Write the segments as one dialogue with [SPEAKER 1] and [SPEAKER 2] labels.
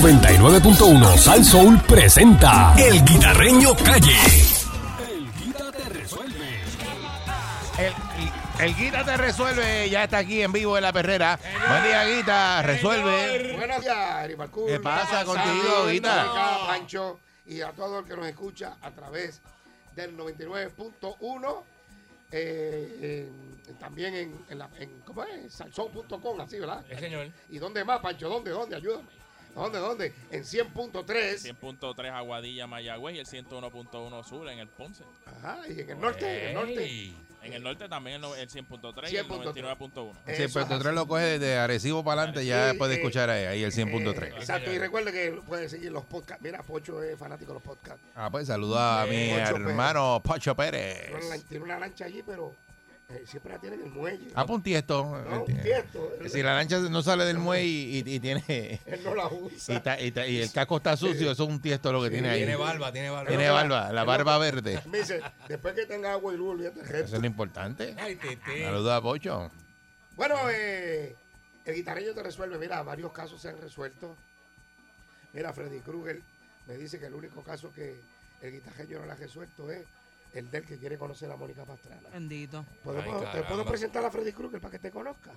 [SPEAKER 1] 99.1 Sal Soul presenta El Guitarreño Calle. El Guita te resuelve.
[SPEAKER 2] El, el Guita te resuelve, ya está aquí en vivo en la perrera. Buen día, Guita, resuelve.
[SPEAKER 3] Buenos días, Rimarcú.
[SPEAKER 2] ¿Qué pasa contigo, Guita?
[SPEAKER 3] Guita, Pancho y a todo el que nos escucha a través del 99.1. eh, en- también en, en, la, en ¿cómo es? Salsón.com, así, ¿verdad?
[SPEAKER 4] Sí, señor.
[SPEAKER 3] ¿Y dónde más, Pancho? ¿Dónde, dónde? Ayúdame. ¿Dónde, dónde? En 100.3.
[SPEAKER 4] 100.3 Aguadilla, Mayagüez y el 101.1 Sur en el Ponce.
[SPEAKER 3] Ajá, y en el norte, en el norte.
[SPEAKER 4] Ey. En el norte también el no- el 100.3 y el
[SPEAKER 3] 100.3.
[SPEAKER 4] 99.1.
[SPEAKER 3] Eso es
[SPEAKER 5] 100.3 lo pues, coge desde Arecibo para adelante, ya
[SPEAKER 3] Sí,
[SPEAKER 5] después de
[SPEAKER 3] eh,
[SPEAKER 5] escuchar ahí, ahí el
[SPEAKER 3] Eh,
[SPEAKER 5] 100.3.
[SPEAKER 3] exacto, y recuerde que puede seguir los podcasts. Mira, Pocho es fanático de los podcasts.
[SPEAKER 5] Ah, pues saluda a mi
[SPEAKER 3] eh, Pocho
[SPEAKER 5] hermano Pocho
[SPEAKER 3] Tiene una,
[SPEAKER 5] Pérez.
[SPEAKER 3] tiene una lancha allí, pero eh, siempre la tiene en el muelle.
[SPEAKER 5] Ah, pues un tiesto. eh,
[SPEAKER 3] No, un tiesto.
[SPEAKER 5] Si la lancha no sale del muelle y, y- y tiene.
[SPEAKER 3] Él no la
[SPEAKER 5] Y,
[SPEAKER 3] usa.
[SPEAKER 5] está- y está- y el casco está sucio, eso es un tiesto lo que tiene ahí.
[SPEAKER 6] Tiene barba, tiene barba.
[SPEAKER 5] Tiene barba, la barba verde.
[SPEAKER 3] Me dice, después que tenga agua y luz, olvídate del
[SPEAKER 5] Eso
[SPEAKER 3] resto.
[SPEAKER 5] es lo importante.
[SPEAKER 6] Ay, tete.
[SPEAKER 5] Saluda a Pocho.
[SPEAKER 3] Bueno, eh, el guitarreño te resuelve. Mira, varios casos se han resuelto. Mira, Freddy Krueger me dice que el único caso que el guitarreño no le ha resuelto es el del que quiere conocer a Mónica Pastrana.
[SPEAKER 7] Bendito.
[SPEAKER 3] ¿Podemos,
[SPEAKER 6] Ay,
[SPEAKER 3] ¿Te puedo
[SPEAKER 6] caramba.
[SPEAKER 3] presentar a Freddy Krueger para que te conozca?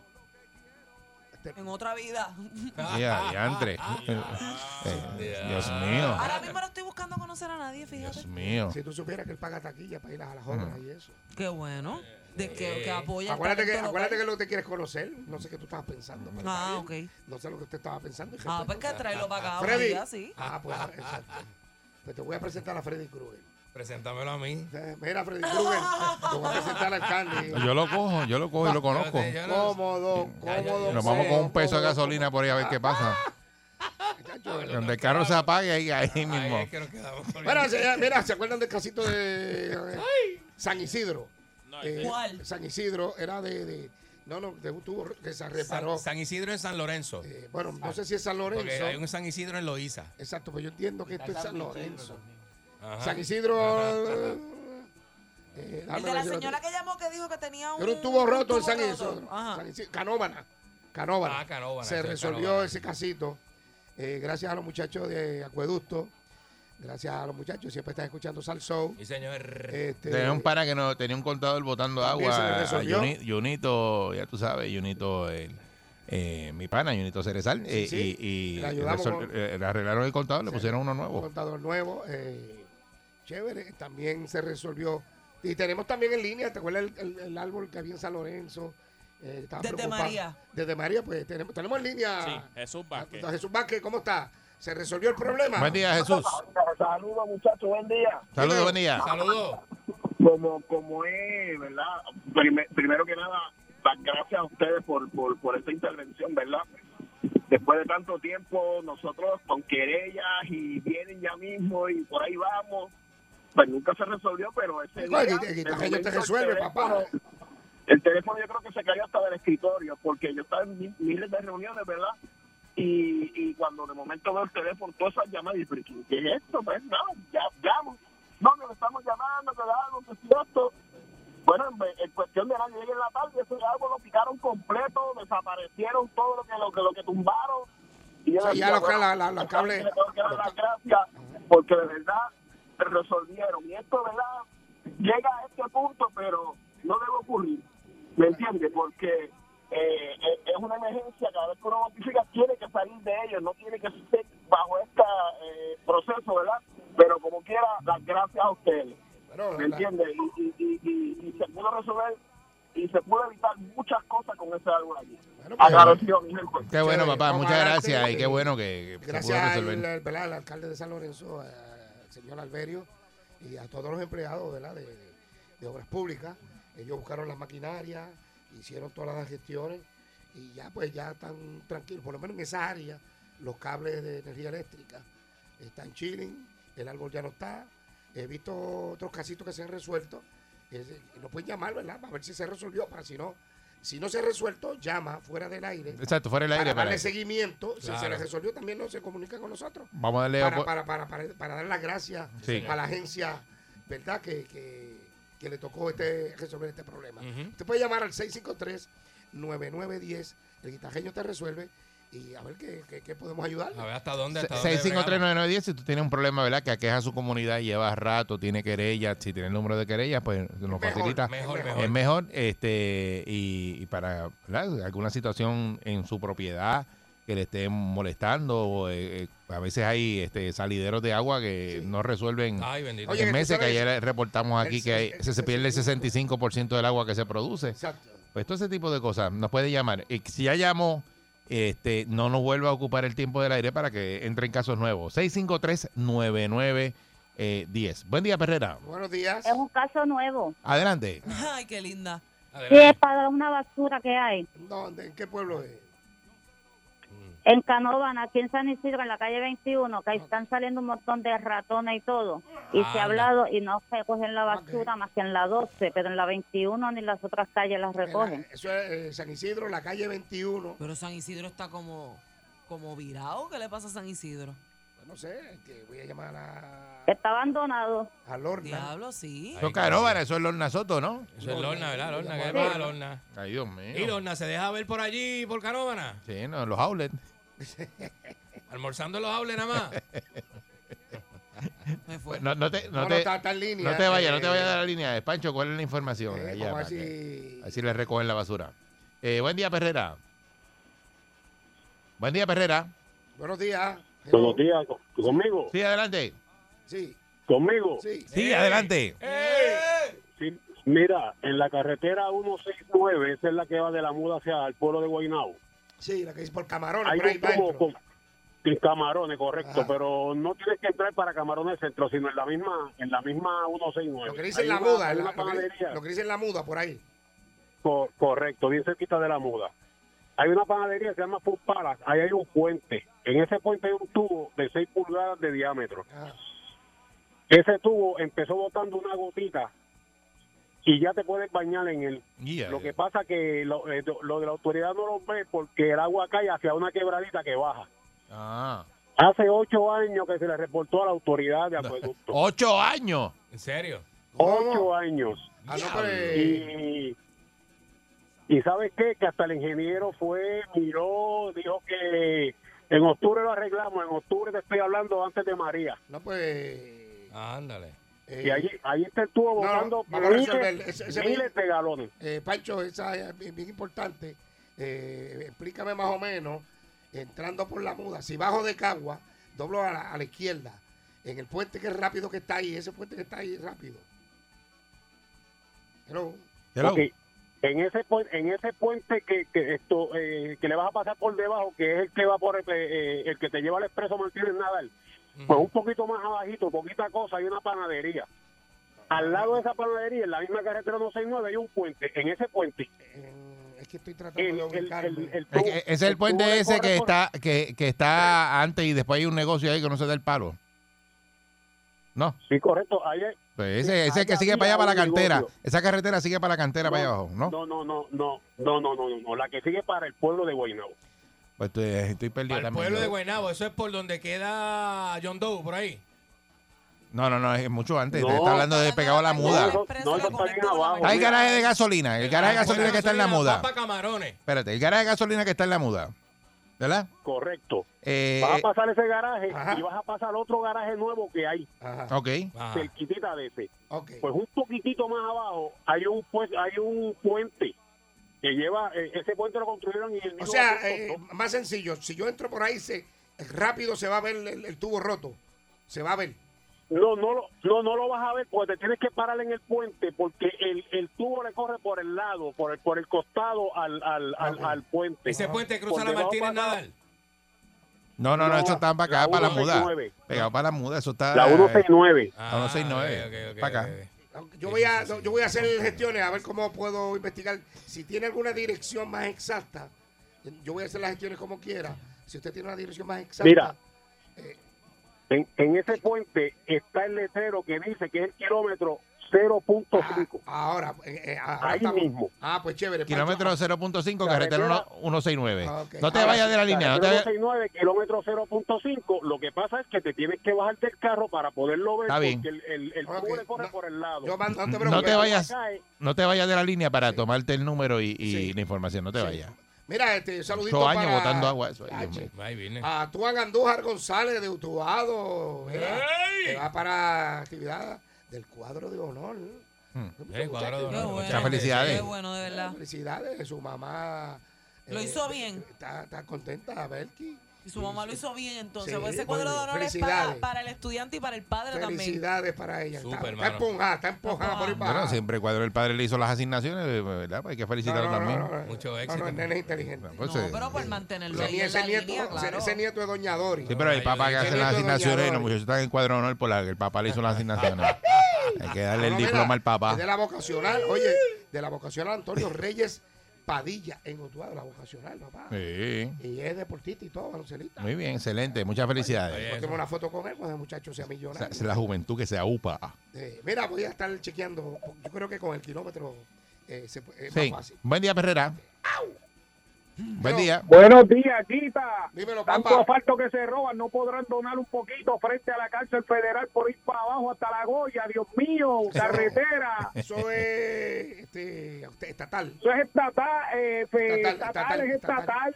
[SPEAKER 3] Te-
[SPEAKER 7] En otra vida.
[SPEAKER 5] Sí, adiantre. Eh, Dios mío.
[SPEAKER 7] Ahora mismo no estoy buscando conocer a nadie,
[SPEAKER 5] Dios
[SPEAKER 7] fíjate.
[SPEAKER 5] mío.
[SPEAKER 3] Si tú supieras que él paga taquilla para ir a las obras y eso.
[SPEAKER 7] Qué bueno. De que, que apoya. el
[SPEAKER 3] Eh, Acuérdate que,
[SPEAKER 7] talento local.
[SPEAKER 3] acuérdate que lo que te quieres conocer, no sé qué tú estabas pensando. pero
[SPEAKER 7] Ah,
[SPEAKER 3] está bien.
[SPEAKER 7] ok.
[SPEAKER 3] No sé lo que usted estaba pensando. y
[SPEAKER 7] Ah,
[SPEAKER 3] respeto.
[SPEAKER 7] pues que traerlo para acá un
[SPEAKER 3] Freddy.
[SPEAKER 7] día, sí.
[SPEAKER 3] Ah, pues, exacto. Pues te voy a presentar a Freddy Krueger.
[SPEAKER 6] Preséntamelo a mí.
[SPEAKER 3] Eh, Mira, Freddy Krueger, te voy a presentar al Candy.
[SPEAKER 5] Yo lo cojo, yo lo cojo y lo conozco.
[SPEAKER 6] Yo- yo no-
[SPEAKER 3] Cómodo,
[SPEAKER 6] ya, ya,
[SPEAKER 3] cómodo.
[SPEAKER 6] ya.
[SPEAKER 5] Nos vamos con un peso de
[SPEAKER 3] cómodo,
[SPEAKER 5] gasolina por ahí a ver qué pasa.
[SPEAKER 3] cómodo, muchacho, ¿verdad?
[SPEAKER 5] Donde el carro se apague, ahí, ahí
[SPEAKER 6] Ay,
[SPEAKER 5] mismo.
[SPEAKER 6] es que nos quedamos con-
[SPEAKER 3] Mira, se, mira, ¿se acuerdan del casito de eh, San Isidro?
[SPEAKER 4] No,
[SPEAKER 3] Eh,
[SPEAKER 4] ese-
[SPEAKER 7] ¿Cuál?
[SPEAKER 3] San Isidro era de, de- no, no, de un tubo que se reparó.
[SPEAKER 6] San, San Isidro en San Lorenzo.
[SPEAKER 3] Eh, bueno, no sé si es San Lorenzo.
[SPEAKER 6] Porque hay un San Isidro en Loíza.
[SPEAKER 3] Exacto, pero yo entiendo que esto es San Lorenzo.
[SPEAKER 6] Ajá.
[SPEAKER 3] San Isidro. eh,
[SPEAKER 7] El
[SPEAKER 3] dame
[SPEAKER 7] de la
[SPEAKER 3] ver,
[SPEAKER 7] señora que llamó que dijo que tenía un.
[SPEAKER 3] Era un tubo roto en
[SPEAKER 7] tubo
[SPEAKER 3] San
[SPEAKER 7] roto.
[SPEAKER 3] Isidro.
[SPEAKER 7] Ajá.
[SPEAKER 3] San Isidro. Canóvana. Canóvana.
[SPEAKER 6] Ah, Canóvana,
[SPEAKER 3] Se
[SPEAKER 6] eso es
[SPEAKER 3] resolvió
[SPEAKER 6] Canóvana.
[SPEAKER 3] ese casito. eh, gracias a los muchachos de Acueducto. Gracias a los muchachos. Siempre están escuchando Sal Soul.
[SPEAKER 6] Y señor.
[SPEAKER 3] Este,
[SPEAKER 5] Tenía un pana que no, tenía un contador botando
[SPEAKER 3] También se le
[SPEAKER 5] agua. a
[SPEAKER 3] resolvió.
[SPEAKER 5] Yuni- Yunito, ya tú sabes, Yunito, el- eh, mi pana, Yunito Cerezal. eh,
[SPEAKER 3] sí.
[SPEAKER 5] Y, y
[SPEAKER 3] Le ayudamos
[SPEAKER 5] resol-
[SPEAKER 3] con-
[SPEAKER 5] eh, le arreglaron el contador, le pusieron uno
[SPEAKER 3] un
[SPEAKER 5] nuevo.
[SPEAKER 3] contador nuevo. eh, chévere. También se resolvió. Y tenemos también en línea, ¿te acuerdas el, el- el árbol que había en San Lorenzo? Eh, estaba
[SPEAKER 7] Desde
[SPEAKER 3] preocupado.
[SPEAKER 7] María.
[SPEAKER 3] Desde María, pues tenemos, tenemos en línea.
[SPEAKER 4] Sí, Jesús Vázquez.
[SPEAKER 3] Ah, Jesús Vázquez, ¿cómo está? ¿Se resolvió el problema?
[SPEAKER 5] Buen día, Jesús.
[SPEAKER 8] Saludos muchachos, buen día.
[SPEAKER 5] Saludos, buen día.
[SPEAKER 6] Saludos.
[SPEAKER 8] Como, como es, ¿verdad? Prime- primero que nada, las gracias a ustedes por, por, por esta intervención, ¿verdad? Después de tanto tiempo, nosotros con querellas y vienen ya mismo y por ahí vamos. Pues nunca se resolvió, pero ese
[SPEAKER 3] Bueno,
[SPEAKER 8] día,
[SPEAKER 3] y- y- y-
[SPEAKER 8] de
[SPEAKER 3] ellos te
[SPEAKER 8] momento, el
[SPEAKER 3] resuelven, papá.
[SPEAKER 8] teléfono- El teléfono yo creo que se cayó hasta del escritorio, porque yo estaba en mi- miles de reuniones, ¿verdad? Y, y cuando de momento veo el teléfono, todas esas llamadas, y pero ¿qué es esto? Pues nada, ya llamo. No, que lo estamos llamando, que lo hago, que si esto. Bueno, en, ve- en cuestión de nadie llegué en la tarde, ese árbol lo picaron completo, desaparecieron todo lo que, lo que, lo que tumbaron. Y yo
[SPEAKER 3] sea, ya
[SPEAKER 8] decía,
[SPEAKER 3] los
[SPEAKER 8] bueno,
[SPEAKER 3] ca- la- la- los
[SPEAKER 8] yo
[SPEAKER 3] cables-
[SPEAKER 8] también le tengo que dar las gracias, porque de verdad se resolvieron. Y esto, ¿verdad? Llega a este punto, pero no debe ocurrir. ¿Me entiendes? Porque eh, eh, es una emergencia, cada vez que uno notifica tiene que salir de ellos, no tiene que ser bajo este proceso, ¿verdad? Pero como quiera, las gracias a ustedes.
[SPEAKER 3] Bueno,
[SPEAKER 8] ¿Me
[SPEAKER 3] la-
[SPEAKER 8] entiendes? Y, y, y, y, y se pudo resolver y se pudo evitar muchas cosas con ese árbol allí.
[SPEAKER 3] Bueno, pues,
[SPEAKER 8] Agradecido, mi gente.
[SPEAKER 5] Qué bueno, papá.
[SPEAKER 3] Vamos
[SPEAKER 5] Muchas
[SPEAKER 3] adelante,
[SPEAKER 5] gracias. Y
[SPEAKER 3] eh,
[SPEAKER 5] qué bueno que, que se pudo
[SPEAKER 3] Gracias al,
[SPEAKER 5] resolver.
[SPEAKER 3] al- ¿verdad? al alcalde de San Lorenzo, eh, al señor Alberio, y a todos los empleados ¿verdad? De, de- de Obras Públicas. Ellos buscaron las maquinarias, hicieron todas las gestiones y ya pues ya están tranquilos. Por lo menos en esa área, los cables de energía eléctrica están chilling, el árbol ya no está. He visto otros casitos que se han resuelto. Es- Nos pueden llamar, ¿verdad? Para ver si se resolvió, para si no. Si no se ha resuelto, llama fuera del aire
[SPEAKER 5] Exacto, fuera el aire.
[SPEAKER 3] para
[SPEAKER 5] Para
[SPEAKER 3] darle seguimiento. Si se
[SPEAKER 6] Claro.
[SPEAKER 3] le resolvió, también no se comunica con nosotros.
[SPEAKER 5] Vamos a darle.
[SPEAKER 3] Para,
[SPEAKER 5] opo-
[SPEAKER 3] para, para, para, para dar las gracias
[SPEAKER 5] Sí.
[SPEAKER 3] a la agencia, ¿verdad? Que, que, que le tocó este resolver este problema. Usted puede llamar al 653-9910. El guitajeño te resuelve. y a ver qué, qué- qué podemos ayudar.
[SPEAKER 6] A ver hasta dónde. Hasta dónde bregamos.
[SPEAKER 5] 6539910, si tú tienes un problema, ¿verdad? Que aqueja a su comunidad, lleva rato, tiene querellas, si tiene el número de querellas, pues nos
[SPEAKER 3] Mejor,
[SPEAKER 5] facilita.
[SPEAKER 6] Mejor,
[SPEAKER 5] Es
[SPEAKER 6] mejor.
[SPEAKER 5] mejor, este, y, y para ¿verdad? alguna situación en su propiedad que le esté molestando, o, eh, eh, a veces hay este, salideros de agua que no resuelven
[SPEAKER 6] Ay, bendito.
[SPEAKER 3] Ah, Oye,
[SPEAKER 5] en
[SPEAKER 3] que
[SPEAKER 5] meses,
[SPEAKER 3] tú
[SPEAKER 5] que
[SPEAKER 3] sabes-
[SPEAKER 5] ayer reportamos aquí
[SPEAKER 3] el-
[SPEAKER 5] que hay-
[SPEAKER 3] el-
[SPEAKER 5] se, se pierde el 65% del agua que se produce.
[SPEAKER 3] Exacto.
[SPEAKER 5] Pues todo ese tipo de cosas nos puede llamar. Y si ya llamó, este, no nos vuelva a ocupar el tiempo del aire para que entren casos nuevos. 653-9910. eh, Buen día, Perrera.
[SPEAKER 3] Buenos días.
[SPEAKER 9] Es un caso nuevo.
[SPEAKER 5] Adelante.
[SPEAKER 7] Ay, qué linda.
[SPEAKER 9] Sí,
[SPEAKER 6] Adelante.
[SPEAKER 9] es para una basura que hay.
[SPEAKER 3] ¿Dónde? ¿En qué pueblo es?
[SPEAKER 9] En Canovan, aquí en San Isidro, en la calle 21, que ahí están saliendo un montón de ratones y todo. Y se
[SPEAKER 6] Anda.
[SPEAKER 9] ha hablado y no se cogen la basura
[SPEAKER 3] Ok.
[SPEAKER 9] más que en la 12, pero en la 21 ni las otras calles las recogen.
[SPEAKER 3] En la- eso es eh, San Isidro, la calle 21.
[SPEAKER 7] Pero San Isidro está como, como virado. ¿Qué le pasa a San Isidro?
[SPEAKER 3] No sé, que voy a llamar a,
[SPEAKER 9] Está abandonado.
[SPEAKER 3] a Lorna.
[SPEAKER 7] Diablo, sí.
[SPEAKER 5] Eso es Caróvara, eso es Lorna Soto, ¿no?
[SPEAKER 6] Eso es Lorna, ¿verdad? Lorna, que es
[SPEAKER 3] Lorna.
[SPEAKER 6] más Lorna.
[SPEAKER 5] Ay, Dios
[SPEAKER 6] Y
[SPEAKER 5] mío.
[SPEAKER 6] Lorna se deja ver por allí, por Canóvana.
[SPEAKER 5] Sí, no, los outlets.
[SPEAKER 6] Almorzando en los aules nada más.
[SPEAKER 7] Me
[SPEAKER 5] Pues,
[SPEAKER 7] fue.
[SPEAKER 3] pues
[SPEAKER 5] No, no te, no
[SPEAKER 3] No, no,
[SPEAKER 5] te,
[SPEAKER 3] está- está en línea.
[SPEAKER 5] no te vayas, no te
[SPEAKER 3] Eh,
[SPEAKER 5] vayas de la línea. Pancho, ¿cuál es la información?
[SPEAKER 3] eh,
[SPEAKER 5] Allá,
[SPEAKER 3] vamos
[SPEAKER 5] para
[SPEAKER 3] a ver
[SPEAKER 5] que-
[SPEAKER 3] si-
[SPEAKER 5] Así le recogen la basura. Eh, buen día, Perrera. Buen día, Perrera.
[SPEAKER 3] Buenos días.
[SPEAKER 8] Buenos días, conmigo,
[SPEAKER 5] Sí, adelante.
[SPEAKER 3] Sí,
[SPEAKER 8] conmigo.
[SPEAKER 3] sí.
[SPEAKER 5] Sí, adelante.
[SPEAKER 8] Sí, Mira, en la carretera 169, esa es la que va de la muda hacia el pueblo de Guaynabo.
[SPEAKER 3] Sí, la que dice por Camarones,
[SPEAKER 8] Hay
[SPEAKER 3] por ahí
[SPEAKER 8] un como
[SPEAKER 3] dentro.
[SPEAKER 8] con sí, camarones, correcto,
[SPEAKER 3] Ajá.
[SPEAKER 8] pero no tienes que entrar para camarones centro, sino en la misma en la misma 169.
[SPEAKER 3] Lo que dice en
[SPEAKER 8] Hay
[SPEAKER 3] la
[SPEAKER 8] una-
[SPEAKER 3] muda,
[SPEAKER 8] hay
[SPEAKER 3] la- lo,
[SPEAKER 8] una
[SPEAKER 3] que,
[SPEAKER 8] panadería.
[SPEAKER 3] lo que dice en la muda por ahí.
[SPEAKER 8] Co- correcto, bien cerquita de la muda. Hay una panadería que se llama Food Palace, ahí hay un puente. En ese puente hay un tubo de 6 pulgadas de diámetro.
[SPEAKER 3] Ah,
[SPEAKER 8] Ese tubo empezó botando una gotita y ya te puedes bañar en él.
[SPEAKER 5] Yeah.
[SPEAKER 8] Lo que pasa que lo, eh, lo de la autoridad no lo ve porque el agua cae hacia una quebradita que baja.
[SPEAKER 5] Ah.
[SPEAKER 8] Hace ocho años que se le reportó a la autoridad de acueducto.
[SPEAKER 5] Ocho años.
[SPEAKER 6] ¿En serio?
[SPEAKER 3] Oh,
[SPEAKER 8] Ocho años.
[SPEAKER 3] ah, no, pero, eh,
[SPEAKER 8] Y, y ¿sabes qué? Que hasta el ingeniero fue, miró, dijo que en octubre lo arreglamos. En octubre te estoy hablando antes de María.
[SPEAKER 3] no, pues.
[SPEAKER 6] Ándale.
[SPEAKER 3] eh,
[SPEAKER 8] Y allí, ahí está el
[SPEAKER 3] No,
[SPEAKER 8] tubo botando
[SPEAKER 3] vamos a resolver.
[SPEAKER 8] miles,
[SPEAKER 3] Ese- ese-
[SPEAKER 8] miles de galones.
[SPEAKER 3] eh, Pancho, esa es bien bien importante. Eh, explícame más o menos, entrando por la muda, si bajo de Cagua, doblo a la, a la izquierda, en el puente que es rápido que está ahí, ese puente que está ahí es rápido. Hello.
[SPEAKER 5] Hello. E-,
[SPEAKER 8] Ok, En ese, puen- en ese puente que, que esto eh, que le vas a pasar por debajo, que es el que va por el, eh, el que te lleva al expreso Martínez Nadal, pues un poquito más abajito, poquita cosa, hay una panadería. Al lado de esa panadería, en la misma carretera 269, hay un puente. En ese puente,
[SPEAKER 3] Eh, es que estoy
[SPEAKER 8] el,
[SPEAKER 3] tratando de
[SPEAKER 8] el,
[SPEAKER 3] ubicarme.
[SPEAKER 8] el- el
[SPEAKER 5] Es
[SPEAKER 8] tubo-
[SPEAKER 5] que e-, ese es el
[SPEAKER 8] tubo
[SPEAKER 5] puente
[SPEAKER 8] le
[SPEAKER 5] ese
[SPEAKER 8] corre
[SPEAKER 5] que
[SPEAKER 8] por-
[SPEAKER 5] está, que, que está antes y después hay un negocio ahí que no se da el palo. No,
[SPEAKER 8] Sí, correcto. Ahí hay-
[SPEAKER 5] pues ese,
[SPEAKER 8] Sí,
[SPEAKER 5] ese que
[SPEAKER 8] allá
[SPEAKER 5] sigue
[SPEAKER 8] había
[SPEAKER 5] para allá para la
[SPEAKER 8] un
[SPEAKER 5] cantera.
[SPEAKER 8] negocio.
[SPEAKER 5] Esa carretera sigue para la cantera para allá abajo, ¿no?
[SPEAKER 8] No, no, no, no, no, no, no, no, no, La que sigue para el pueblo de Guaynabo.
[SPEAKER 5] Pues estoy, estoy perdido
[SPEAKER 6] Para el
[SPEAKER 5] también.
[SPEAKER 6] pueblo de Guaynabo, eso es por donde queda John Doe, por ahí.
[SPEAKER 5] No, no, no, es mucho antes.
[SPEAKER 8] No.
[SPEAKER 5] Te está hablando de pegado a la muda.
[SPEAKER 8] No, no, Ah, pues, eso está bien abajo.
[SPEAKER 5] Está el garaje de gasolina, el garaje de gasolina que está en la muda.
[SPEAKER 6] Ah, Papa Camarones.
[SPEAKER 5] Espérate, el garaje de gasolina que está en la muda. ¿Verdad?
[SPEAKER 8] Correcto.
[SPEAKER 5] Eh,
[SPEAKER 8] Vas a pasar ese garaje
[SPEAKER 3] Ajá.
[SPEAKER 8] y vas a pasar otro garaje nuevo que hay,
[SPEAKER 3] Ajá,
[SPEAKER 5] ok.
[SPEAKER 6] Ajá.
[SPEAKER 8] cerquitita de ese.
[SPEAKER 3] ok.
[SPEAKER 8] Pues un poquitito más abajo hay un pues hay un puente que lleva eh, ese puente lo construyeron y el
[SPEAKER 3] O
[SPEAKER 8] mismo
[SPEAKER 3] sea,
[SPEAKER 8] puente-
[SPEAKER 3] eh, más sencillo, si yo entro por ahí, se, rápido se va a ver el, el tubo roto. Se va a ver.
[SPEAKER 8] no no lo- no no lo vas a ver porque te tienes que parar en el puente porque el, el tubo le corre por el lado por el por el costado al al, al,
[SPEAKER 3] Ok.
[SPEAKER 8] al puente.
[SPEAKER 6] Ese puente cruza
[SPEAKER 8] Por
[SPEAKER 6] la
[SPEAKER 8] debajo
[SPEAKER 6] Martínez
[SPEAKER 8] pasa-
[SPEAKER 6] Nadal.
[SPEAKER 5] No, no, no,
[SPEAKER 8] No,
[SPEAKER 5] eso está para acá,
[SPEAKER 8] la
[SPEAKER 5] Ah, para la muda.
[SPEAKER 8] 169.
[SPEAKER 5] Pegado para la muda, eso está.
[SPEAKER 8] La 169.
[SPEAKER 5] Ah, 169,
[SPEAKER 6] ok, ok, ok,
[SPEAKER 5] para acá.
[SPEAKER 6] ok.
[SPEAKER 3] Yo voy a, yo voy a hacer gestiones a ver cómo puedo investigar. Si tiene alguna dirección más exacta, yo voy a hacer las gestiones como quiera. Si usted tiene una dirección más exacta, ah,
[SPEAKER 8] Mira. En, en ese puente está el letrero que dice que es el kilómetro 0.5.
[SPEAKER 3] ah, ahora, eh, eh, ahora
[SPEAKER 8] Ahí mismo.
[SPEAKER 3] Ah, pues chévere. Pancho.
[SPEAKER 5] Kilómetro 0.5, carretera
[SPEAKER 8] Carretera.
[SPEAKER 5] 169.
[SPEAKER 3] Ah, ok.
[SPEAKER 5] No te
[SPEAKER 3] Ahora
[SPEAKER 5] vayas de la línea. No te
[SPEAKER 8] Carretera
[SPEAKER 5] vayas-
[SPEAKER 8] 269, kilómetro 0.5. Lo que pasa es que te tienes que bajar del carro para poderlo ver
[SPEAKER 5] Está bien.
[SPEAKER 8] porque el, el, el
[SPEAKER 3] Ok.
[SPEAKER 8] tubo le corre
[SPEAKER 3] No,
[SPEAKER 8] por el lado.
[SPEAKER 3] Yo mando, no te
[SPEAKER 5] No
[SPEAKER 3] preocupes.
[SPEAKER 5] te vayas.
[SPEAKER 8] Acá es-
[SPEAKER 5] no te vayas de la línea para tomarte el número y, y
[SPEAKER 3] Sí.
[SPEAKER 5] la información. No te
[SPEAKER 3] Sí.
[SPEAKER 5] vayas.
[SPEAKER 3] Mira, este, un saludito
[SPEAKER 5] Ocho años
[SPEAKER 3] para
[SPEAKER 5] botando agua. Eso, ay,
[SPEAKER 3] Tache.
[SPEAKER 5] Dios mío.
[SPEAKER 6] Ahí viene.
[SPEAKER 3] a Tuan Andújar González de Utuado. mira, Que va para actividad del cuadro de honor.
[SPEAKER 5] Hmm.
[SPEAKER 6] Eh, cuadro de
[SPEAKER 7] Qué
[SPEAKER 6] honor.
[SPEAKER 7] bueno,
[SPEAKER 5] Muchas felicidades.
[SPEAKER 7] Qué bueno, de verdad.
[SPEAKER 3] Eh, Felicidades, su mamá. eh,
[SPEAKER 7] Lo hizo bien.
[SPEAKER 3] Está, está contenta, Belki.
[SPEAKER 7] Y su mamá lo hizo bien, entonces.
[SPEAKER 3] Sí,
[SPEAKER 7] pues ese
[SPEAKER 3] muy
[SPEAKER 7] cuadro de
[SPEAKER 3] bien.
[SPEAKER 7] honor es
[SPEAKER 3] Felicidades.
[SPEAKER 7] para, para el estudiante y para el padre también.
[SPEAKER 3] Felicidades para ella.
[SPEAKER 6] Súper,
[SPEAKER 3] está, está
[SPEAKER 6] mano.
[SPEAKER 3] empujada, está empujada por ahí para
[SPEAKER 5] Bueno,
[SPEAKER 3] abajo.
[SPEAKER 5] siempre cuadro el padre le hizo las asignaciones, eh, ¿verdad? Pues hay que
[SPEAKER 3] No,
[SPEAKER 5] felicitarlo
[SPEAKER 3] no, no,
[SPEAKER 5] también.
[SPEAKER 3] no, no.
[SPEAKER 6] Mucho
[SPEAKER 3] No, no,
[SPEAKER 6] éxito.
[SPEAKER 3] el nene es inteligente.
[SPEAKER 5] Pues,
[SPEAKER 7] no,
[SPEAKER 5] eh,
[SPEAKER 7] pero por mantenerlo
[SPEAKER 3] Ese
[SPEAKER 7] ahí en
[SPEAKER 3] nieto-
[SPEAKER 7] la
[SPEAKER 3] ese, nieto,
[SPEAKER 7] línea, claro.
[SPEAKER 3] ese nieto es Doña Dori.
[SPEAKER 5] Sí, pero el papá que hace
[SPEAKER 3] Nieto
[SPEAKER 5] las
[SPEAKER 3] de Doña
[SPEAKER 5] asignaciones y los
[SPEAKER 3] Dori.
[SPEAKER 5] muchachos están en cuadro de honor por la que el papá le hizo las asignaciones. Hay que darle el
[SPEAKER 3] No, no,
[SPEAKER 5] diploma
[SPEAKER 3] Ah, mira,
[SPEAKER 5] al papá.
[SPEAKER 3] es de la vocacional, oye, de la vocacional Antonio Reyes Padilla en Utuado, la vocacional, papá.
[SPEAKER 5] Sí.
[SPEAKER 3] Y es deportista y todo, baloncelista.
[SPEAKER 5] Muy bien, excelente. Muchas felicidades.
[SPEAKER 3] Yo tengo una foto con él cuando el muchacho sea
[SPEAKER 5] O sea,
[SPEAKER 3] millonario.
[SPEAKER 5] es la juventud que se aupa.
[SPEAKER 3] Eh, mira, voy a estar chequeando. Yo creo que con el kilómetro eh, se, pu- es
[SPEAKER 5] Sí.
[SPEAKER 3] más fácil.
[SPEAKER 5] Buen día, Perrera. Buen día.
[SPEAKER 8] Buenos días, Guita.
[SPEAKER 3] Dímelo,
[SPEAKER 8] Tanto
[SPEAKER 3] papá.
[SPEAKER 8] asfalto que se roban, no podrán donar un poquito frente a la cárcel federal por ir para abajo hasta la Goya. Dios mío, carretera.
[SPEAKER 3] Eso es este, usted- estatal.
[SPEAKER 8] Eso es estatal, eh, fe-
[SPEAKER 3] Estatal, estatal,
[SPEAKER 8] estatal, es
[SPEAKER 3] estatal.
[SPEAKER 8] estatal.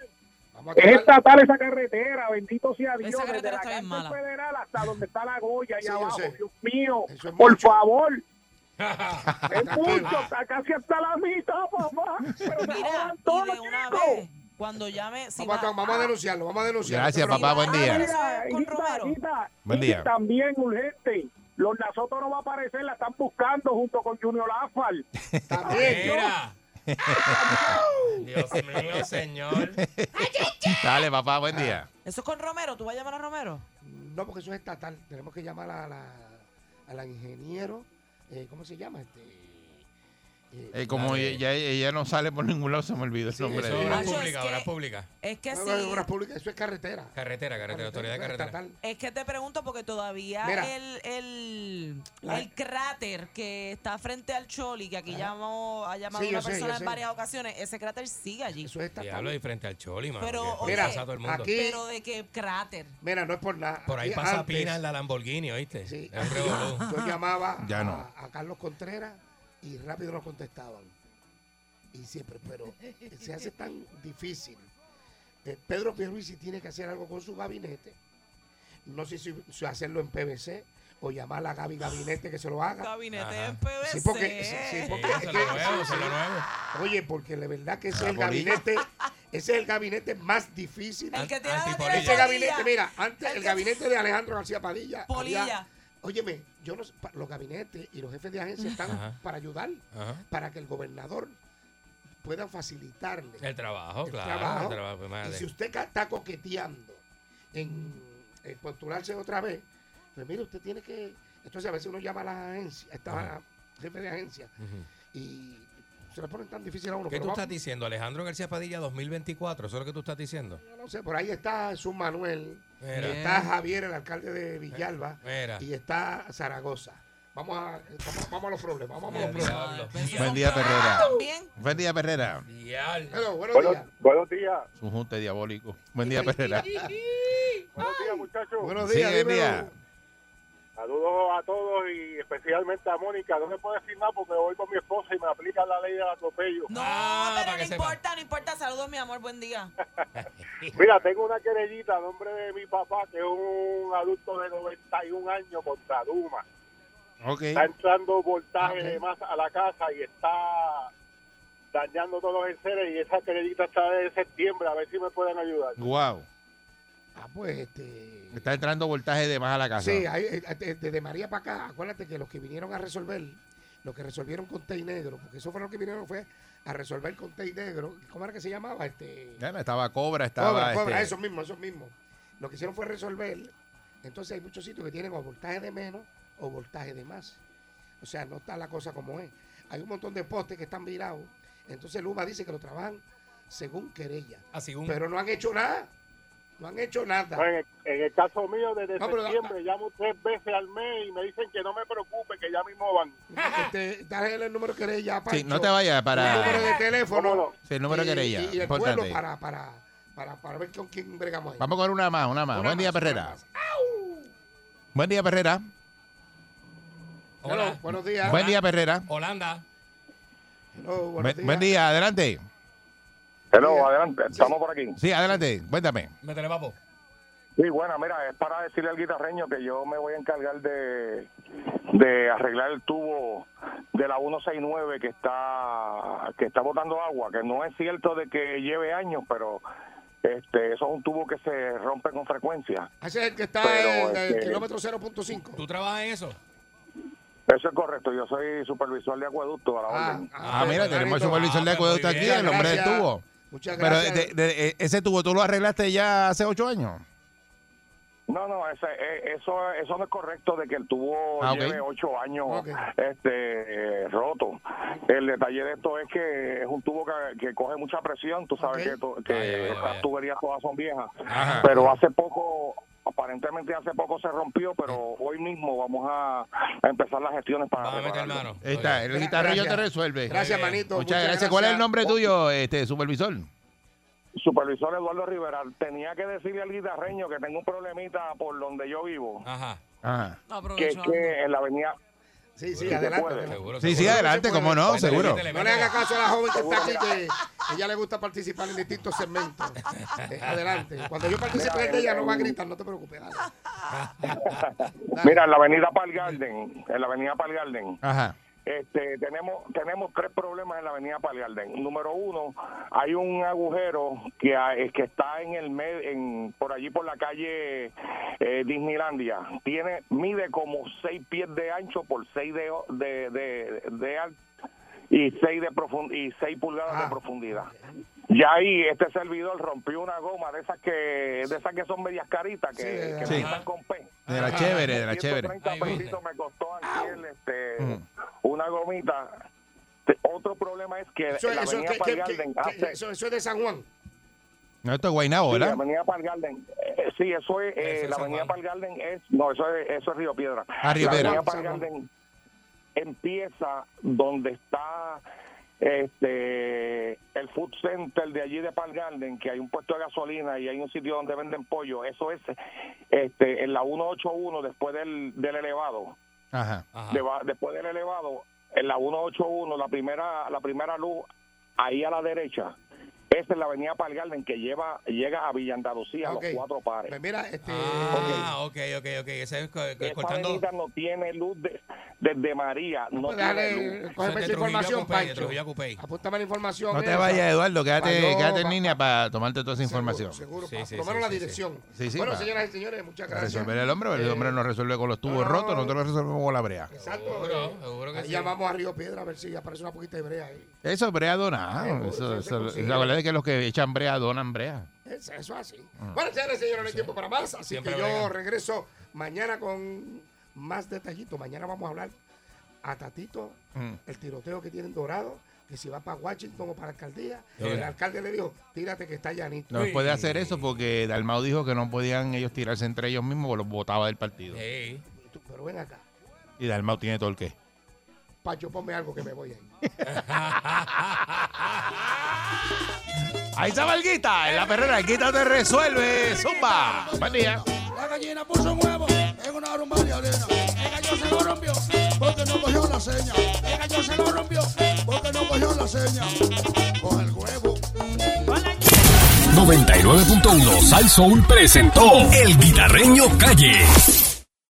[SPEAKER 3] Vamos a
[SPEAKER 8] Es
[SPEAKER 3] tratar-
[SPEAKER 8] estatal esa carretera, bendito sea Dios.
[SPEAKER 7] Esa
[SPEAKER 8] desde
[SPEAKER 7] carretera
[SPEAKER 8] la
[SPEAKER 7] está bien
[SPEAKER 8] cárcel
[SPEAKER 7] mala.
[SPEAKER 8] federal hasta donde está la Goya, allá
[SPEAKER 3] Sí, yo
[SPEAKER 8] abajo.
[SPEAKER 3] sé.
[SPEAKER 8] Dios mío,
[SPEAKER 3] Eso es
[SPEAKER 8] por
[SPEAKER 3] mucho.
[SPEAKER 8] favor.
[SPEAKER 3] Está
[SPEAKER 8] es mucho,
[SPEAKER 3] bien.
[SPEAKER 8] está casi hasta la mitad, papá. Pero no
[SPEAKER 7] Mira,
[SPEAKER 8] jodan todo,
[SPEAKER 7] y de una
[SPEAKER 8] chico.
[SPEAKER 7] vez, cuando llame, si
[SPEAKER 3] Vamos a,
[SPEAKER 7] va-
[SPEAKER 3] vamos a denunciarlo, vamos a denunciarlo.
[SPEAKER 5] Gracias,
[SPEAKER 3] Pero-
[SPEAKER 5] papá. Buen
[SPEAKER 7] Ah,
[SPEAKER 5] día.
[SPEAKER 7] mira. con
[SPEAKER 8] Guita,
[SPEAKER 7] Romero.
[SPEAKER 8] Guita,
[SPEAKER 5] Buen
[SPEAKER 8] y
[SPEAKER 5] día.
[SPEAKER 8] También urgente. Los Nasoto no va a aparecer, la están buscando junto con Junior Afal.
[SPEAKER 3] También.
[SPEAKER 6] Mira. Dios mío, señor.
[SPEAKER 5] Dale, papá, buen día.
[SPEAKER 3] Ah,
[SPEAKER 7] Eso es con Romero, ¿tú vas a llamar a Romero?
[SPEAKER 3] No, porque eso es estatal. Tenemos que llamar a la, a la ingeniero. eh, ¿Cómo se llama? Este, eh,
[SPEAKER 5] Eh, como
[SPEAKER 6] Dale.
[SPEAKER 5] ella, ella no sale por ningún lado, se me olvidó el nombre.
[SPEAKER 6] Eso
[SPEAKER 5] de ella.
[SPEAKER 6] es obra
[SPEAKER 7] Macho, es
[SPEAKER 6] pública,
[SPEAKER 7] que-
[SPEAKER 6] obra pública.
[SPEAKER 7] Es que
[SPEAKER 3] no,
[SPEAKER 7] sí.
[SPEAKER 3] no, obras públicas, eso es carretera.
[SPEAKER 6] Carretera, carretera, autoridad de
[SPEAKER 3] eso es
[SPEAKER 6] carretera.
[SPEAKER 3] estatal.
[SPEAKER 7] Es que te pregunto porque todavía
[SPEAKER 3] Mira.
[SPEAKER 7] el, el,
[SPEAKER 3] La-
[SPEAKER 7] el cráter que está frente al Choli, que aquí llamó, ha llamado
[SPEAKER 3] Sí, yo
[SPEAKER 7] una
[SPEAKER 3] sé,
[SPEAKER 7] persona
[SPEAKER 3] yo
[SPEAKER 7] en
[SPEAKER 3] sé.
[SPEAKER 7] varias ocasiones, ese cráter sigue allí.
[SPEAKER 3] Eso es estatal.
[SPEAKER 6] Diablo, y frente al Choli, mano.
[SPEAKER 7] Pero,
[SPEAKER 6] que por ahí
[SPEAKER 7] Mira,
[SPEAKER 6] pasa todo el mundo.
[SPEAKER 3] aquí-
[SPEAKER 7] Pero de qué cráter.
[SPEAKER 3] Mira, no es por nada.
[SPEAKER 6] Por ahí
[SPEAKER 3] Aquí
[SPEAKER 6] pasa
[SPEAKER 3] antes,
[SPEAKER 6] Pina en la Lamborghini, ¿oíste?
[SPEAKER 3] Sí,
[SPEAKER 6] Es un revolú.
[SPEAKER 3] Yo llamaba
[SPEAKER 5] Ya
[SPEAKER 3] a,
[SPEAKER 5] no.
[SPEAKER 3] a Carlos Contreras y rápido nos contestaban. Y siempre, pero se hace tan difícil. Eh, Pedro Pierluisi tiene que hacer algo con su gabinete. No sé si, si hacerlo en PVC o llamar a Gaby Gabinete que se lo haga.
[SPEAKER 7] Gabinete
[SPEAKER 6] Ajá.
[SPEAKER 7] en PVC.
[SPEAKER 3] Ah, Sí, porque- sí, sí,
[SPEAKER 6] Sí,
[SPEAKER 3] porque-
[SPEAKER 6] se lo nuevo, se lo nuevo.
[SPEAKER 3] Oye, porque la verdad que ese
[SPEAKER 5] Ah,
[SPEAKER 3] es el
[SPEAKER 5] bolilla.
[SPEAKER 3] gabinete, ese es el gabinete más difícil.
[SPEAKER 7] El que tiene la
[SPEAKER 6] Antipolilla.
[SPEAKER 7] tiene
[SPEAKER 3] Ese
[SPEAKER 7] polilla.
[SPEAKER 3] gabinete, mira, antes
[SPEAKER 7] El
[SPEAKER 3] el
[SPEAKER 7] que-
[SPEAKER 3] gabinete de Alejandro García Padilla.
[SPEAKER 7] Polilla.
[SPEAKER 3] había- óyeme, yo no sé, pa- los gabinetes y los jefes de agencia están
[SPEAKER 6] Ajá.
[SPEAKER 3] para ayudar,
[SPEAKER 6] Ajá.
[SPEAKER 3] para que el gobernador pueda facilitarle.
[SPEAKER 6] El trabajo,
[SPEAKER 3] El
[SPEAKER 6] claro.
[SPEAKER 3] trabajo.
[SPEAKER 6] El trabajo, pues,
[SPEAKER 3] y
[SPEAKER 6] madre.
[SPEAKER 3] si usted ca- está coqueteando en, en postularse otra vez, pues mire, usted tiene que. Entonces a veces uno llama a las agencias, está
[SPEAKER 6] Ajá.
[SPEAKER 3] jefe de agencia,
[SPEAKER 6] Ujú.
[SPEAKER 3] y se le ponen tan difícil a uno.
[SPEAKER 6] ¿Qué
[SPEAKER 3] pero
[SPEAKER 6] tú
[SPEAKER 3] vamos-
[SPEAKER 6] estás diciendo? Alejandro García Padilla 2024, ¿eso es lo que tú estás diciendo?
[SPEAKER 3] Yo no sé, por ahí está Jesús Manuel,
[SPEAKER 6] Mira.
[SPEAKER 3] está Javier, el alcalde de Villalba,
[SPEAKER 6] Mira.
[SPEAKER 3] y está Zaragoza. Vamos a, vamos, vamos a los problemas, vamos a
[SPEAKER 6] Mira,
[SPEAKER 3] los problemas.
[SPEAKER 6] diablo.
[SPEAKER 7] pues
[SPEAKER 5] Buen día, Perrera.
[SPEAKER 7] También.
[SPEAKER 5] Buen día, Perrera.
[SPEAKER 6] Diablo.
[SPEAKER 3] Hello, buenos
[SPEAKER 8] Buenos,
[SPEAKER 3] días.
[SPEAKER 8] buenos días,
[SPEAKER 5] Es un junte diabólico. Buen día,
[SPEAKER 3] Pues
[SPEAKER 5] Perrera.
[SPEAKER 8] buenos días, muchachos.
[SPEAKER 3] Buenos
[SPEAKER 5] Sí,
[SPEAKER 3] días,
[SPEAKER 5] buen
[SPEAKER 3] dímelo.
[SPEAKER 5] día.
[SPEAKER 8] Saludos a todos y especialmente a Mónica. No me puedo decir nada porque voy con mi esposa y me aplica la ley del atropello.
[SPEAKER 7] No,
[SPEAKER 6] Ah, para
[SPEAKER 7] pero
[SPEAKER 6] que
[SPEAKER 7] no
[SPEAKER 6] sepa.
[SPEAKER 7] importa, no importa. Saludos, mi amor, buen día.
[SPEAKER 8] Mira, tengo una querellita a nombre de mi papá, que es un adulto de 91 años contra Duma.
[SPEAKER 5] Ok.
[SPEAKER 8] Está entrando voltaje
[SPEAKER 3] Ok.
[SPEAKER 8] de más a la casa y está dañando todos los enseres y esa querellita está de septiembre, a ver si me pueden ayudar.
[SPEAKER 5] Wow.
[SPEAKER 3] Ah, pues este.
[SPEAKER 5] Está entrando voltaje de más a la casa.
[SPEAKER 3] Sí, ahí, eh, de- desde María para acá, acuérdate que los que vinieron a resolver, los que resolvieron con Tey Negro, porque eso fue lo que vinieron, fue a resolver con Tey Negro. ¿Cómo era que se llamaba? Este.
[SPEAKER 5] Ya no, estaba Cobra, estaba.
[SPEAKER 3] Cobra, cobra,
[SPEAKER 5] este,
[SPEAKER 3] eso mismo, eso mismo. Lo que hicieron fue resolver. Entonces hay muchos sitios que tienen o voltaje de menos o voltaje de más. O sea, no está la cosa como es. Hay un montón de postes que están virados. Entonces Luma dice que lo trabajan según querella.
[SPEAKER 6] Así un...
[SPEAKER 3] Pero no han hecho nada. No han hecho
[SPEAKER 8] No,
[SPEAKER 3] nada.
[SPEAKER 8] en, el, en el caso mío, desde
[SPEAKER 3] No, pero-
[SPEAKER 8] septiembre llamo tres veces al mes y me dicen que no me preocupe, que ya mismo van.
[SPEAKER 3] Este, dale el número de querella.
[SPEAKER 5] Sí,
[SPEAKER 3] Pancho.
[SPEAKER 5] no te vayas
[SPEAKER 3] El número
[SPEAKER 5] para.
[SPEAKER 3] de teléfono.
[SPEAKER 8] ¿Cómo
[SPEAKER 5] Sí, el número de
[SPEAKER 3] Y-
[SPEAKER 5] querella.
[SPEAKER 3] Y, y el
[SPEAKER 5] Importante.
[SPEAKER 3] pueblo para, para, para, para ver con quién bregamos ahí.
[SPEAKER 5] Vamos con una más, una más.
[SPEAKER 3] Una
[SPEAKER 5] Buen día,
[SPEAKER 3] más,
[SPEAKER 5] Perrera.
[SPEAKER 3] una más.
[SPEAKER 5] Buen día, Perrera.
[SPEAKER 6] Hola.
[SPEAKER 3] Hello, buenos días.
[SPEAKER 5] Buen día, Perrera.
[SPEAKER 6] Holanda.
[SPEAKER 3] Hello, buenos
[SPEAKER 5] Buen buen día, adelante.
[SPEAKER 8] Hello, adelante, estamos por aquí.
[SPEAKER 5] Sí, adelante, cuéntame.
[SPEAKER 6] Métele, papo.
[SPEAKER 8] Sí, bueno, mira, es para decirle al guitarreño que yo me voy a encargar de, de arreglar el tubo de la 169 que está que está botando agua, que no es cierto de que lleve años, pero este, eso es un tubo que se rompe con frecuencia.
[SPEAKER 3] Ese es el que está
[SPEAKER 8] Pero,
[SPEAKER 3] en el
[SPEAKER 8] este-
[SPEAKER 3] kilómetro 0.5.
[SPEAKER 6] ¿Tú trabajas en eso?
[SPEAKER 8] Eso es correcto, yo soy supervisor de acueducto a la orden.
[SPEAKER 5] Ah, mira, tenemos el
[SPEAKER 3] clarito.
[SPEAKER 5] supervisor de
[SPEAKER 6] Ah, pues,
[SPEAKER 5] acueducto
[SPEAKER 6] muy
[SPEAKER 5] aquí,
[SPEAKER 6] bien,
[SPEAKER 5] el hombre del
[SPEAKER 3] gracias.
[SPEAKER 5] tubo.
[SPEAKER 3] Muchas
[SPEAKER 5] Pero
[SPEAKER 3] gracias.
[SPEAKER 5] de- de- eh, ese tubo tú lo arreglaste ya hace ocho años.
[SPEAKER 8] No, no, ese- eh, eso, eso no es correcto de que el tubo
[SPEAKER 5] Ah, ok.
[SPEAKER 8] lleve ocho años
[SPEAKER 3] Ok.
[SPEAKER 8] este, eh, roto. El detalle de esto es que es un tubo que, que coge mucha presión, tú sabes
[SPEAKER 3] Ok.
[SPEAKER 8] que, to- que
[SPEAKER 6] Vaya, vaya,
[SPEAKER 8] estas
[SPEAKER 6] vaya.
[SPEAKER 8] tuberías todas son viejas,
[SPEAKER 5] Ajá.
[SPEAKER 8] pero hace poco, aparentemente hace poco se rompió, pero hoy mismo vamos a, a empezar las gestiones para...
[SPEAKER 6] Vas a meter
[SPEAKER 8] repararlo.
[SPEAKER 6] mano.
[SPEAKER 5] Ahí está, el
[SPEAKER 3] Gra-
[SPEAKER 5] guitarrillo te
[SPEAKER 3] gracias.
[SPEAKER 5] resuelve.
[SPEAKER 3] Gracias, Oh.
[SPEAKER 6] Muy bien.
[SPEAKER 3] manito.
[SPEAKER 5] eh, Muchas, gracias. ¿Cuál es el nombre tuyo, este supervisor?
[SPEAKER 8] Supervisor Eduardo Rivera, tenía que decirle al guitarreño que tengo un problemita por donde yo vivo,
[SPEAKER 6] Ajá.
[SPEAKER 5] Ajá.
[SPEAKER 7] No,
[SPEAKER 8] que es
[SPEAKER 7] aprovechando.
[SPEAKER 8] que en la avenida...
[SPEAKER 3] Sí, sí,
[SPEAKER 8] Sí,
[SPEAKER 3] adelante.
[SPEAKER 8] se puede.
[SPEAKER 3] adelante.
[SPEAKER 6] Seguro,
[SPEAKER 5] Sí, sí,
[SPEAKER 6] seguro.
[SPEAKER 5] adelante, cómo no,
[SPEAKER 6] Métele,
[SPEAKER 5] seguro.
[SPEAKER 6] métele,
[SPEAKER 3] No le haga
[SPEAKER 6] métele.
[SPEAKER 3] caso a la joven que está aquí, que que ella le gusta participar en distintos segmentos. Eh, adelante. Cuando yo participe en el de ella, no va a gritar, no te preocupes. dale.
[SPEAKER 8] Eh,
[SPEAKER 3] Dale.
[SPEAKER 8] Mira, en la avenida Pal Garden, en la avenida Pal Garden,
[SPEAKER 5] Ajá.
[SPEAKER 8] este, tenemos, tenemos tres problemas en la avenida Pal Garden. Número uno, hay un agujero que, hay- que está en el med- en, por allí por la calle eh, Disneylandia. Tiene, mide como seis pies de ancho por seis de, de, de, de alto y seis de profun- y seis pulgadas
[SPEAKER 3] Ah.
[SPEAKER 8] de profundidad. Y ahí este servidor rompió una goma de esas que, de esas que son medias caritas que,
[SPEAKER 3] Sí,
[SPEAKER 8] que
[SPEAKER 5] sí.
[SPEAKER 8] montan con P.
[SPEAKER 5] De la
[SPEAKER 6] Ajá.
[SPEAKER 5] chévere, de la chévere.
[SPEAKER 8] 130
[SPEAKER 6] Ahí viene.
[SPEAKER 8] pesitos me costó aquel, este,
[SPEAKER 5] Mm.
[SPEAKER 8] una gomita. Te- Otro problema es que
[SPEAKER 3] Eso,
[SPEAKER 8] la
[SPEAKER 3] eso-
[SPEAKER 8] avenida
[SPEAKER 3] que-
[SPEAKER 8] Pal
[SPEAKER 3] que-
[SPEAKER 8] Garden
[SPEAKER 3] que-
[SPEAKER 8] hace-
[SPEAKER 3] que- eso- eso es de San Juan.
[SPEAKER 5] No, esto es Guaynabo,
[SPEAKER 8] Sí, la
[SPEAKER 5] ¿verdad?
[SPEAKER 8] avenida Pal Garden, eh, sí, eso es, eh,
[SPEAKER 6] Eso es
[SPEAKER 8] la
[SPEAKER 6] San
[SPEAKER 8] avenida
[SPEAKER 6] Juan.
[SPEAKER 8] Pal Garden es, no, eso es, eso es Río Piedra.
[SPEAKER 5] Ah, Río
[SPEAKER 8] la
[SPEAKER 5] Piedra.
[SPEAKER 8] avenida Pal
[SPEAKER 3] San Juan.
[SPEAKER 8] Garden empieza donde está este el food center de allí de Pal Garden, que hay un puesto de gasolina y hay un sitio donde venden pollo, eso es este en la 181 después del, del elevado.
[SPEAKER 5] Ajá.
[SPEAKER 6] Ajá.
[SPEAKER 8] Deba- después del elevado, en la 181, la primera, la primera luz, ahí a la derecha, esa es la avenida Pal Garden que lleva, llega a Villandalucía
[SPEAKER 3] Ok.
[SPEAKER 8] a los cuatro pares.
[SPEAKER 3] Pues mira, este.
[SPEAKER 6] Ah, ok, ok, ok. Ese es co- co-
[SPEAKER 8] Esa
[SPEAKER 6] cortando.
[SPEAKER 8] avenida no tiene luz de- desde María, no
[SPEAKER 3] pues
[SPEAKER 8] tiene
[SPEAKER 3] dale,
[SPEAKER 8] luz.
[SPEAKER 6] Eso
[SPEAKER 3] cógeme esa
[SPEAKER 6] es de Trujillo a
[SPEAKER 3] información,
[SPEAKER 6] Cupey, de
[SPEAKER 3] Pancho.
[SPEAKER 6] Trujillo a Cupey.
[SPEAKER 3] Apúntame la información.
[SPEAKER 5] No
[SPEAKER 3] eh,
[SPEAKER 5] te
[SPEAKER 3] o sea,
[SPEAKER 5] vayas, Eduardo, quédate,
[SPEAKER 3] pa'
[SPEAKER 5] quédate en
[SPEAKER 3] yo-
[SPEAKER 5] línea para tomarte toda esa
[SPEAKER 3] seguro,
[SPEAKER 5] información.
[SPEAKER 3] Seguro,
[SPEAKER 6] Sí,
[SPEAKER 3] pa-
[SPEAKER 6] sí,
[SPEAKER 3] por lo menos la
[SPEAKER 6] sí, sí, sí.
[SPEAKER 3] dirección.
[SPEAKER 5] Sí, sí,
[SPEAKER 3] bueno,
[SPEAKER 5] pa-
[SPEAKER 3] señoras y señores, muchas gracias.
[SPEAKER 5] Resolver el hombre, el
[SPEAKER 3] Eh,
[SPEAKER 5] hombre no resuelve con los tubos
[SPEAKER 3] no,
[SPEAKER 5] rotos,
[SPEAKER 3] no.
[SPEAKER 5] nosotros resolvemos con la brea.
[SPEAKER 3] Exacto.
[SPEAKER 6] Seguro,
[SPEAKER 3] eh,
[SPEAKER 6] seguro que
[SPEAKER 3] ahí
[SPEAKER 6] sí.
[SPEAKER 3] llamamos a Río Piedra a ver si aparece una poquita de brea ahí.
[SPEAKER 5] Eso es brea donada.
[SPEAKER 3] Seguro,
[SPEAKER 5] Eso,
[SPEAKER 3] eso se
[SPEAKER 5] eso-
[SPEAKER 3] consigue.
[SPEAKER 5] la verdad es que los que echan brea donan brea.
[SPEAKER 3] Es- Eso es así.
[SPEAKER 5] Mm.
[SPEAKER 3] Bueno, señores y señores, no hay tiempo para más. Así
[SPEAKER 6] Siempre
[SPEAKER 3] que yo
[SPEAKER 6] bregan.
[SPEAKER 3] regreso mañana con más detallitos. Mañana vamos a hablar a Tatito,
[SPEAKER 5] Mm.
[SPEAKER 3] el tiroteo que tienen Dorado, que si va para Washington o para alcaldía.
[SPEAKER 6] Sí.
[SPEAKER 3] El alcalde le dijo, tírate que está llanito.
[SPEAKER 5] No
[SPEAKER 6] Uy.
[SPEAKER 5] puede hacer eso porque Dalmau dijo que no podían ellos tirarse entre ellos mismos porque los votaba del partido.
[SPEAKER 6] Sí.
[SPEAKER 3] Tú- Pero ven acá.
[SPEAKER 5] Y Dalmau tiene todo el qué.
[SPEAKER 3] Pacho, ponme algo que me voy ahí.
[SPEAKER 5] Ahí está Valguita, en la perrera, Guita te resuelve. Zumba. Buen día.
[SPEAKER 10] La gallina puso un huevo en una rumba de arena. El gallo se lo rompió porque no cogió la seña. El gallo se lo rompió porque no cogió la seña. Coge el huevo.
[SPEAKER 1] 99.1 Sal Soul presentó El Guitarreño Calle.